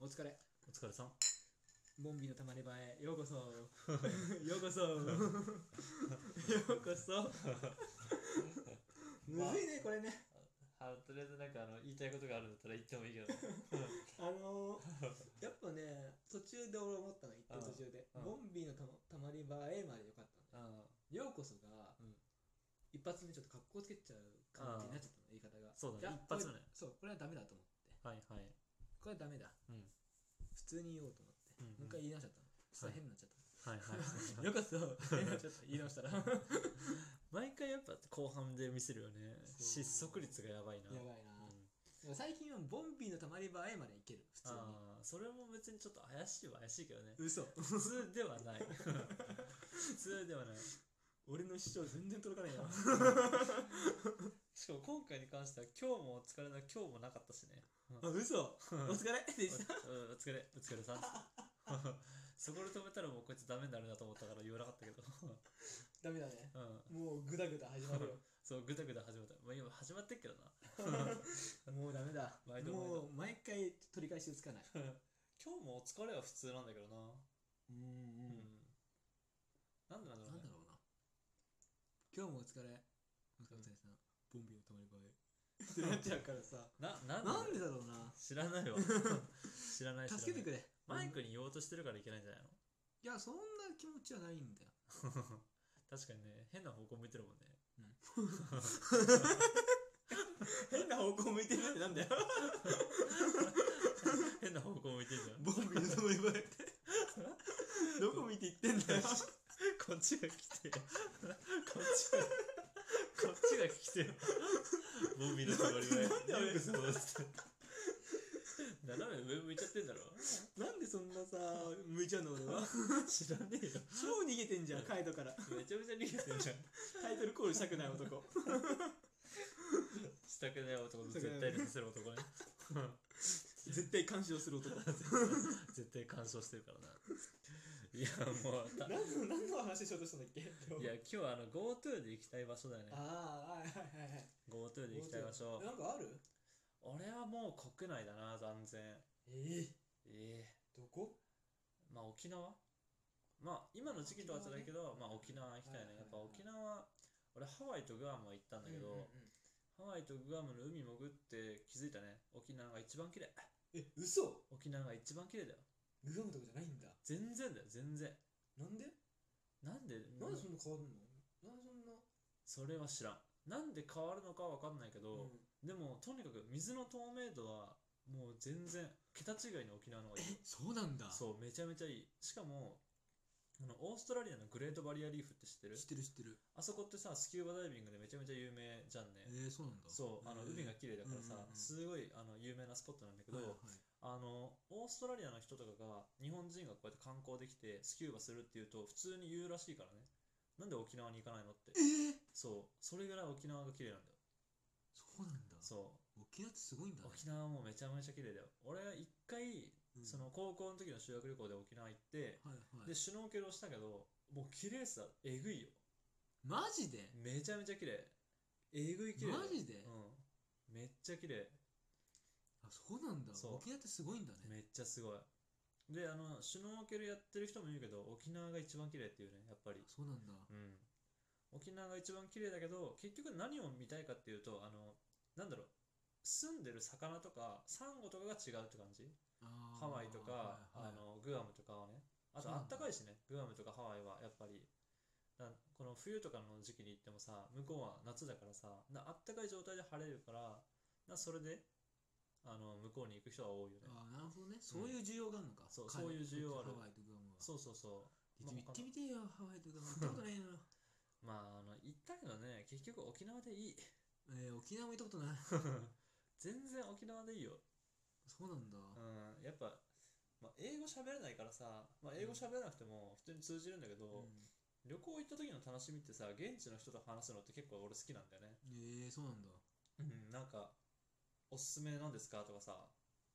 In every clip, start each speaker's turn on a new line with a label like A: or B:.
A: お疲れ。
B: お疲れさん。
A: ボンビーのたまり場へよう こそ。ようこそ。よ うこそ。むずいね、これね。
B: あとりあえずなんかあの言いたいことがあるんだったら言ってもいいけど。
A: あのー、やっぱね、途中で俺思ったの、一点途中で。
B: うん
A: ボンビーのたまたまり場へまでよかったのね。
B: あ
A: ようこそが、
B: うん
A: 一発目ちょっと格好つけちゃう感じになっちゃったの、言い方が。
B: そうだね
A: いや
B: 一発目ね
A: これそう、これはダメだと思って。
B: あ、はいはい。
A: これはダメだ。
B: うん。
A: 普通に言おうと思って。
B: うんうん
A: もう一回言い直しちゃったの。そしたら変になっちゃったの。
B: はいはい。
A: ようこそ。変になっちゃった。言い直したら。
B: 毎回やっぱ後半で見せるよね。
A: そう
B: 失速率がやばいな。
A: やばいな、でも最近はボンビーのたまり場へまで行ける普通
B: うん、
A: に
B: ああ、それも別にちょっと怪しいは怪しいけ どね。
A: 嘘
B: 普通ではない。普通ではない。
A: 俺の主張全然届かないな
B: しかも今回に関しては今日もお疲れの今日もなかったしね。
A: あ嘘お疲れでした
B: おうんお疲れ、お疲れさん。 そこで止めたらもうこいつダメになるなと思ったから言わなかったけど。
A: ダメだね
B: うん。
A: もうグダグダ始まるよ
B: そう、ぐだぐだ始まった。まあ今始まってっけどな。
A: もうダメだ
B: 毎度毎度
A: もう毎回取り返しつ かない
B: 今日もお疲れは普通なんだけどな。
A: うーん
B: うん
A: ん。
B: なんでなんだろ
A: な
B: うんね
A: だ。ろうな今日もお疲れお疲れさんボンビーのたまり場へってなっちゃうからさ
B: な、なんだ ろう
A: なんでだろうな
B: 知らないわ。 知らない知らない。
A: 助けてくれ
B: マイクに言おうとしてるからいけないんじゃないの
A: いやそんな気持ちはないんだよ
B: 確かにね、変な方向向いてるもんね。
A: 変な方向向いてるってなんだよ
B: 変な方向向いてるじゃん。
A: ボンビーのたまり場 へってどこ見て行ってんだ よ
B: こっちが来て。こっち が。こっちが来て。ボビーのつもりぐらい。
A: なんで
B: よくそうして。斜め上向いちゃってんだろ
A: なんでそんなさ、向いちゃうの俺は。
B: 知らねえよ。
A: 超逃げてんじゃん、カイトから。
B: めちゃめちゃ逃げてんじゃん。
A: タイトルコールしたくない男。
B: したくない男と絶対にさせ る男ね。
A: 絶対干渉する男。
B: 絶対干渉してるからな。いや、もうた、
A: 何の、何の話しようとしたんだっけ
B: いや、今日はあの GoTo で行きたい場所だよね。
A: ああ、はいはいはいはい。
B: GoTo で行きたい場所。
A: なんかある
B: 俺はもう国内だな、断然。
A: ええ
B: ええ
A: どこ
B: まあ沖縄まあ今の時期とは違うけど、まあ沖縄行きたいね。やっぱ沖縄、俺ハワイとグアムは行ったんだけ
A: うんうんう
B: ど、
A: ん
B: ハワイとグアムの海潜って気づいたね。沖縄が一番綺麗。
A: え、嘘
B: 沖縄が一番綺麗だよ。
A: グアムとかじゃないんだ。
B: 全然だよ、全然。
A: なんで
B: なんで、
A: なんでそんな変わるのなんでそんな。
B: それは知らん。なんで変わるのかわかんないけど、
A: うん
B: でもとにかく水の透明度はもう全然桁違いの沖縄の方がいいよ
A: そうなんだ知
B: そうめちゃめちゃいいしかもあのオーストラリアのグレートバリアリーフって知ってる
A: ってる知ってる。
B: あそこってさスキューバダイビングでめちゃめちゃ有名じゃんね
A: ええ、そうなんだ。
B: そうあの
A: えー
B: 海が綺麗だからさ、
A: うんうんうん
B: すごいあの有名なスポットなんだけど、
A: はいはい
B: あのオーストラリアの人とかが日本人がこうやって観光できてスキューバするっていうと普通に言うらしいからねなんで沖縄に行かないのって
A: ええ
B: そうそれぐらい沖縄が綺麗なんだよ
A: そうなんだ。
B: そう
A: 沖縄ってすごいんだね。
B: 沖縄もめちゃめちゃ綺麗だよ俺一回、
A: うん
B: その高校の時の修学旅行で沖縄行って、
A: はいはい
B: で。シュノーケルをしたけどもう綺麗さえぐいよ
A: マジで
B: めちゃめちゃ綺麗えぐい綺麗だよ
A: マジで、
B: うんめっちゃ綺麗
A: あそうなんだ
B: そう
A: 沖縄ってすごいんだね
B: めっちゃすごいであのシュノーケルやってる人もいるけど沖縄が一番綺麗っていうねやっぱり
A: そうなんだ
B: うん沖縄が一番綺麗だけど結局何を見たいかっていうとあのなんだろう住んでる魚とかサンゴとかが違うって感じ
A: あー
B: ハワイと
A: は
B: か、
A: いはい
B: あのグアムとかはね、あ
A: そ
B: と
A: う
B: あ
A: なんだ
B: ったかいしね、グアムとかハワイはやっぱり、なんこの冬とかの時期に行ってもさ、向こうは夏だからさ、なあったかい状態で晴れるから、なそれであの向こうに行く人は多いよね。
A: あーなるほどねそういう需要があるのか、
B: そう
A: 彼
B: そういう需要ある
A: ハワイとグアムは
B: そうそうそ
A: 行って行っ
B: まあ
A: てみてよハワイとグアム行ったことない のよ
B: う。まあ、あの行ったけどね、結局沖縄でいい。
A: えー、沖縄も行ったことない
B: 全然沖縄でいいよ。
A: そうなんだ、
B: うん、やっぱ、まあ、英語喋れないからさ、まあ、英語喋れなくても普通に通じるんだけど、
A: うん
B: 旅行行った時の楽しみってさ現地の人と話すのって結構俺好きなんだよね、
A: えー、そうなんだ
B: うん、なんかおすすめなんですかとかさ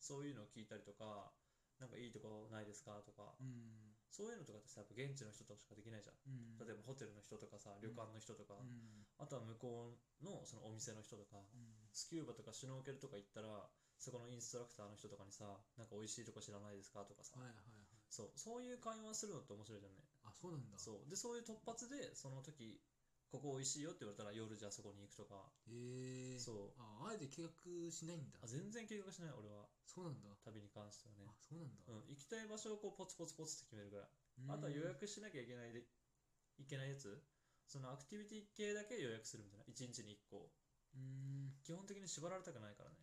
B: そういうのを聞いたりとかなんかいいとこないですかとか、
A: うん
B: そういうのとかってさやっぱ現地の人としかできないじゃん
A: うん
B: 例えばホテルの人とかさ旅館の人とか、
A: うん
B: あとは向こうのそのお店の人とか、
A: うん
B: スキューバとかシュノーケルとか行ったらそこのインストラクターの人とかにさなんか美味しいとこ知らないですかとかさ、
A: はいはいはい
B: そうそういう会話するのって面白いじゃんね
A: あそうなんだ
B: そうでそういう突発でその時ここ美味しいよって言われたら夜じゃあそこに行くとか、
A: へえ
B: そう
A: ああえて計画しないんだ
B: あ全然計画しない俺は
A: そうなんだ
B: 旅に関してはね
A: あ、そうなんだ
B: うん、行きたい場所をこうポツポツポツって決めるぐらい、
A: うん
B: あとは予約しなきゃいけないでいけないやつそのアクティビティ系だけ予約するみたいな1日に1個
A: うん
B: 基本的に縛られたくないからね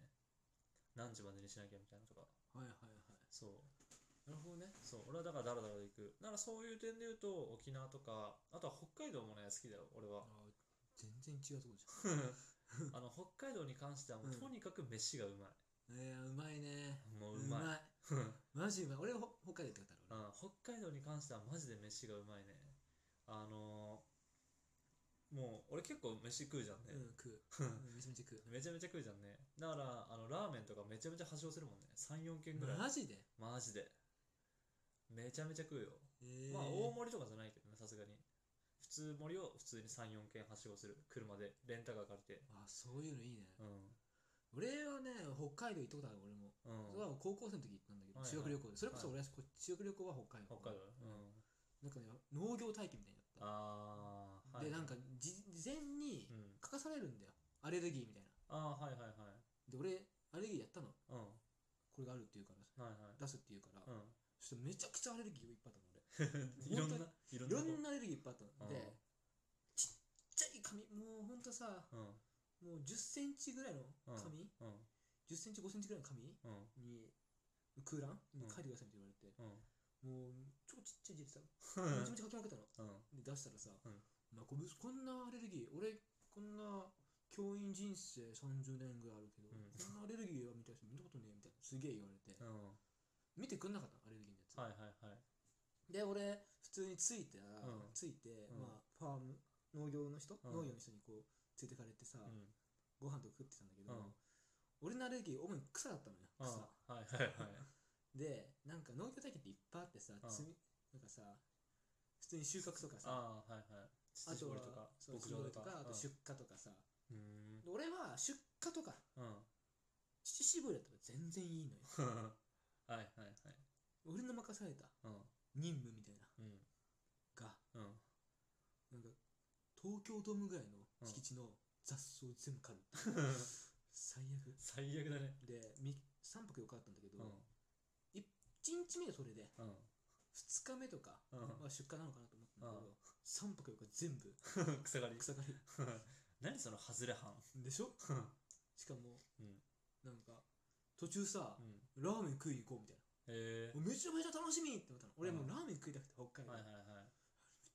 B: 何時までにしなきゃみたいなとか
A: はいはいはい
B: そう
A: なるほどね
B: そう俺はだからダラダラで行くならそういう点で言うと沖縄とかあとは北海道もね好きだよ俺は
A: あ全然違うとこじ
B: あの北海道に関してはもう、
A: うん
B: とにかく飯がうま
A: ゃん えーうまいね
B: い もううまい、
A: マジうまい俺ほ北海道行ったこと
B: う
A: ある
B: ん、北海道に関してはマジで飯がうまいねあのーもう俺結構飯食うじゃん
A: 俺う
B: ね、
A: ん食う うんめちゃめちゃ食う
B: めちゃめちゃ食うじゃんねだからあのラーメンとかめちゃめちゃ発症するもんね34軒ぐらい
A: マジで
B: マジでめちゃめちゃ食うよ
A: えー
B: まあ大盛りとかじゃないけどねさすがに普通盛りを普通に34軒はしごする車でレンタカー借りて
A: あそういうのいいね
B: う
A: 俺はね北海道行ったことある俺も
B: ん
A: それ
B: うん
A: は高校生の時行ったんだけど
B: はいはい
A: 修学旅行でそれこそ俺はこ修学旅行は北海道
B: 北海道うん
A: なんかね農業体験みたいになのやっ
B: ああ
A: たでなんかじ事前に
B: うん
A: 書かされるんだよアレルギーみたいな
B: ああはいはいはい
A: で俺アレルギーやったの
B: うん
A: これがあるって言うから
B: はいはい
A: 出すって言うから、
B: うん
A: ちょっとめちゃくちゃアレルギーいっぱいあったの俺
B: いろんな、いろ
A: いろんなアレルギーいっぱいあったので、
B: うん
A: ちっちゃい紙もうほんとさ
B: うん、
A: もう1 0センチぐらいの紙、
B: うん、
A: 1 0センチ5センチぐらいの紙
B: うん、
A: に空欄
B: ん
A: に書いてくださいって言われて、
B: うん、
A: もう超ちっちゃい字でさめ
B: うん、
A: ちゃめちゃ書きまくったの
B: うん、
A: で出したらさ、
B: うん
A: まあ、こぶこんなアレルギー俺こんな教員人生30年ぐらいあるけど、
B: うん
A: こんなアレルギーはみたいな人見たことねえみたいなすげえ言われて、
B: うん、
A: 見てくんなかったのアレルギーのやつ、
B: はいはいはい。
A: で俺普通について、
B: ん
A: ついて、
B: うん
A: まあ、ファーム農業の人、
B: うん
A: 農業の人にこうついてかれてさ、
B: うん、
A: ご飯とか食ってたんだけど、
B: うん
A: 俺のアレルギー主に草だったのよ
B: うん、
A: 草、
B: はいはいはい。
A: でなんか農業体験っていっぱいあってさ、
B: うん
A: つみなんかさ普通に収穫とかさ
B: ああ、はいはい。
A: あと
B: り
A: は
B: とか、
A: そう
B: 牧
A: 土盛
B: 場
A: り
B: と
A: と
B: か
A: か、あと出荷とかさ、
B: うん、うん
A: で俺は出荷とか、
B: うん、
A: 乳搾りだったら全然いいのよ
B: はいはいはい。
A: 俺の任された
B: うん、
A: 任務みたいな
B: うん、
A: が
B: うん、
A: なんか東京ドームぐらいの敷地の雑草全部刈る、 最悪
B: 最悪だね。
A: で3泊4日あったんだけど、
B: うん、
A: 一1日目はそれで
B: うん、
A: 2日目とか
B: うん
A: は出荷なのかなと思ったんだけ
B: う
A: ど、三3泊4日全部
B: 草刈り。
A: 草刈り
B: 何そのハズレ班。
A: でしょ
B: うん、
A: しかも
B: うん、
A: なんか途中さ、ラーメン食い行こうみたい
B: え
A: なめちゃめちゃ楽しみって思ったの俺もう
B: うん
A: ラーメン食いたくて北海
B: ー、
A: 道、
B: はいは
A: め
B: い
A: っ
B: はい。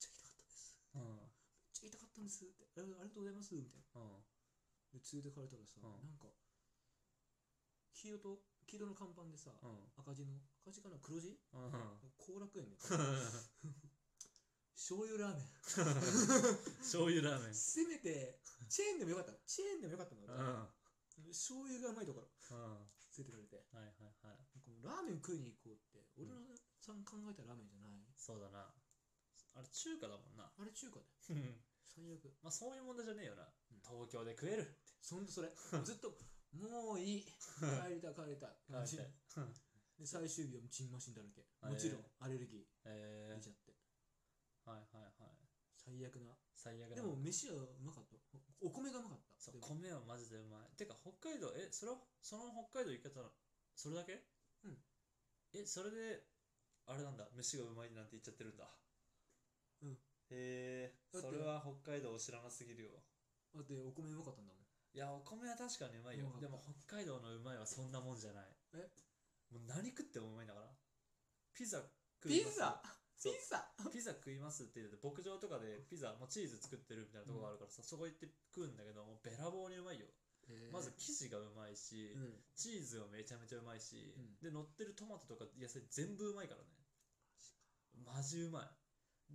A: ちゃ行きたかったです
B: うん、
A: めっちゃ行きたかったんですってあありがとうございますみたいな
B: うん、
A: で連れてかれたらさ、
B: うん
A: なんか黄色と黄色の看板でさ、
B: うん、
A: 赤字の赤字かな黒字
B: うん、
A: 後楽園で醤油 ラーメン
B: 醤油ラーメン。
A: せめてチェーンでもよかったチェーンでもよかったの、
B: うん、うん、は
A: 醤油がうまいところ連れてかれて
B: いはいはい。
A: このラーメン食いに行こうって俺のさん考えたラーメンじゃない
B: そうだな。あれ、中華だもんな。
A: あ れ中華だよ最悪
B: まあ、そういう問題じゃねえよな。
A: うん
B: 東京で食えるって。
A: そんとそれずっともういい帰りたい帰りたい
B: 感じで
A: で最終日はチンマシンだらけもちろん
B: え
A: アレルギー
B: え
A: 出ちゃって
B: ー、はいはいはい。
A: 最悪な
B: 最悪だな
A: でも飯はうまかったおお米がうまかった
B: そう
A: でも
B: 米はマジでうまい。てか、北海道、え、それは、その北海道行き方なの、それだけ
A: うん。
B: え、それで、あれなんだ、飯がうまいなんて言っちゃってるんだ。
A: うん。
B: へえ
A: だ
B: ー、
A: って
B: それは北海道を知らなすぎるよ。
A: だってお米うまかったんだもん
B: いや、お米は確かにうまいよ
A: うまか。っ
B: で
A: た
B: も、北海道のうまいはそんなもんじゃない。
A: え
B: もう何食ってもうまいんだから。ピザ食
A: ピ
B: います
A: ザピ
B: そう
A: ザ
B: ピザ食いますって言って牧場とかでピザもうチーズ作ってるみたいなとこがあるからさ、そこ行って食うんだけどもうべらぼうにうまいよ、まず生地がうまいし、
A: うん
B: チーズはめちゃめちゃうまいし、
A: うん
B: で乗ってるトマトとか野菜全部うまいからねマジうまい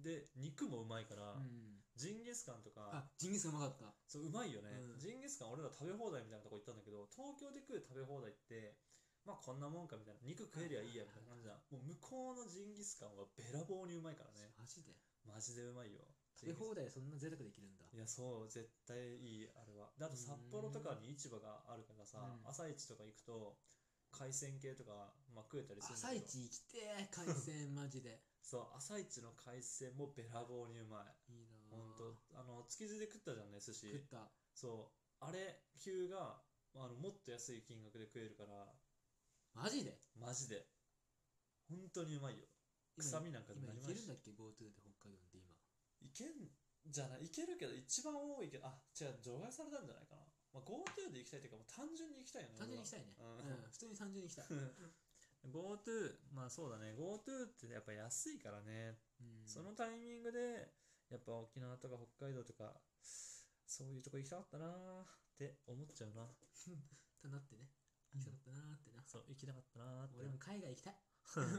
B: で肉もうまいから、
A: うん
B: ジンギスカンと
A: あ
B: か
A: ジンギスカンうまかった
B: そううまいよね、
A: うん
B: ジンギスカン俺ら食べ放題みたいなとこ行ったんだけど東京で食う食べ放題ってまあこんなもんかみたいな肉食えりゃいいやみたいな感じじゃんもう向こうのジンギスカンはべらぼうにうまいからね
A: マジで
B: マジでうまいよ
A: 食べ放題そんな贅沢できるんだ
B: いやそう絶対いいあれはであと札幌とかに市場があるからさ、
A: うん
B: 朝市とか行くと海鮮系とか、まあ、食えたりするん
A: 朝
B: だけ
A: 一
B: ど
A: 行きてえ海鮮マジ で
B: そう朝市の海鮮もべらぼうにうまい
A: いいなあ
B: ほんとあの築地で食ったじゃんね寿司
A: 食った
B: そうあれ級があのもっと安い金額で食えるから
A: マジで
B: マジで本当にうまいよ
A: 今
B: 臭みなんか
A: 今
B: ないりま
A: け
B: せん
A: るんだっけ GoTo で北海道で今
B: いけんじゃないいけるけど一番多いけどあ違う除外されたんじゃないかな、まあ、GoTo で行きたいというかもう単純に行きたいよね
A: 単純に行きたいね
B: うん
A: うん普通に単純に行き たい
B: GoTo まあそうだね GoTo ってやっぱ安いからね、
A: うん
B: そのタイミングでやっぱ沖縄とか北海道とかそういうとこ行きたかったなーって思っちゃうな
A: となってね行きたかったなーってな
B: そう行きたかったなーって
A: 俺も海外行き たい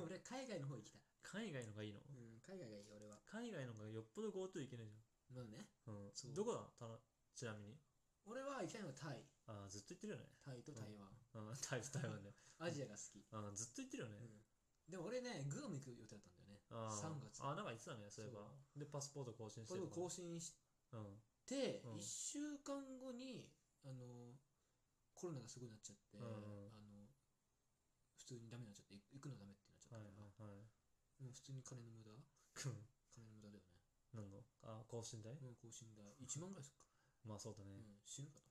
A: 俺海外の方行きたい、
B: 海外のがいいの、
A: うん、海外がいい俺は
B: 海外のがよっぽど GoTo 行けないじ
A: まあね
B: ゃん、うん
A: そう
B: どこだたのちなみに
A: 俺は行きたいのはタイ
B: あーずっと行ってるよね
A: タイと台湾、
B: うん、 台湾台湾で、
A: アジアが好き、
B: うん、ずっと言ってるよね
A: う。ん、でも俺ねグアム行く予定だったんだよね
B: あー
A: 3月
B: あ、なんか言ってたね、そういえば。で、パスポート更新し
A: こ
B: て
A: れを
B: とかね
A: 更新し
B: うん。
A: て、
B: うん
A: 1週間後にあのコロナがすごいなっちゃって、
B: うんうん
A: あの普通にダメになっちゃって行くのダメってなっちゃった
B: はい
A: から、
B: はいはい。
A: もう普通に金の無駄
B: くん
A: 金の無駄だよね
B: 何のあ、更新代
A: もう更新だ1万ぐらいするか、
B: まあそうだ
A: う
B: ね。
A: ん、死ぬかと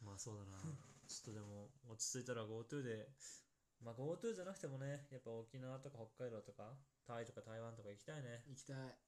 B: まあそうだな。ちょっとでも、落ち着いたら GoTo で、まあ GoTo じゃなくてもね、やっぱ沖縄とか北海道とか、タイとか台湾とか行きたいね。
A: 行きたい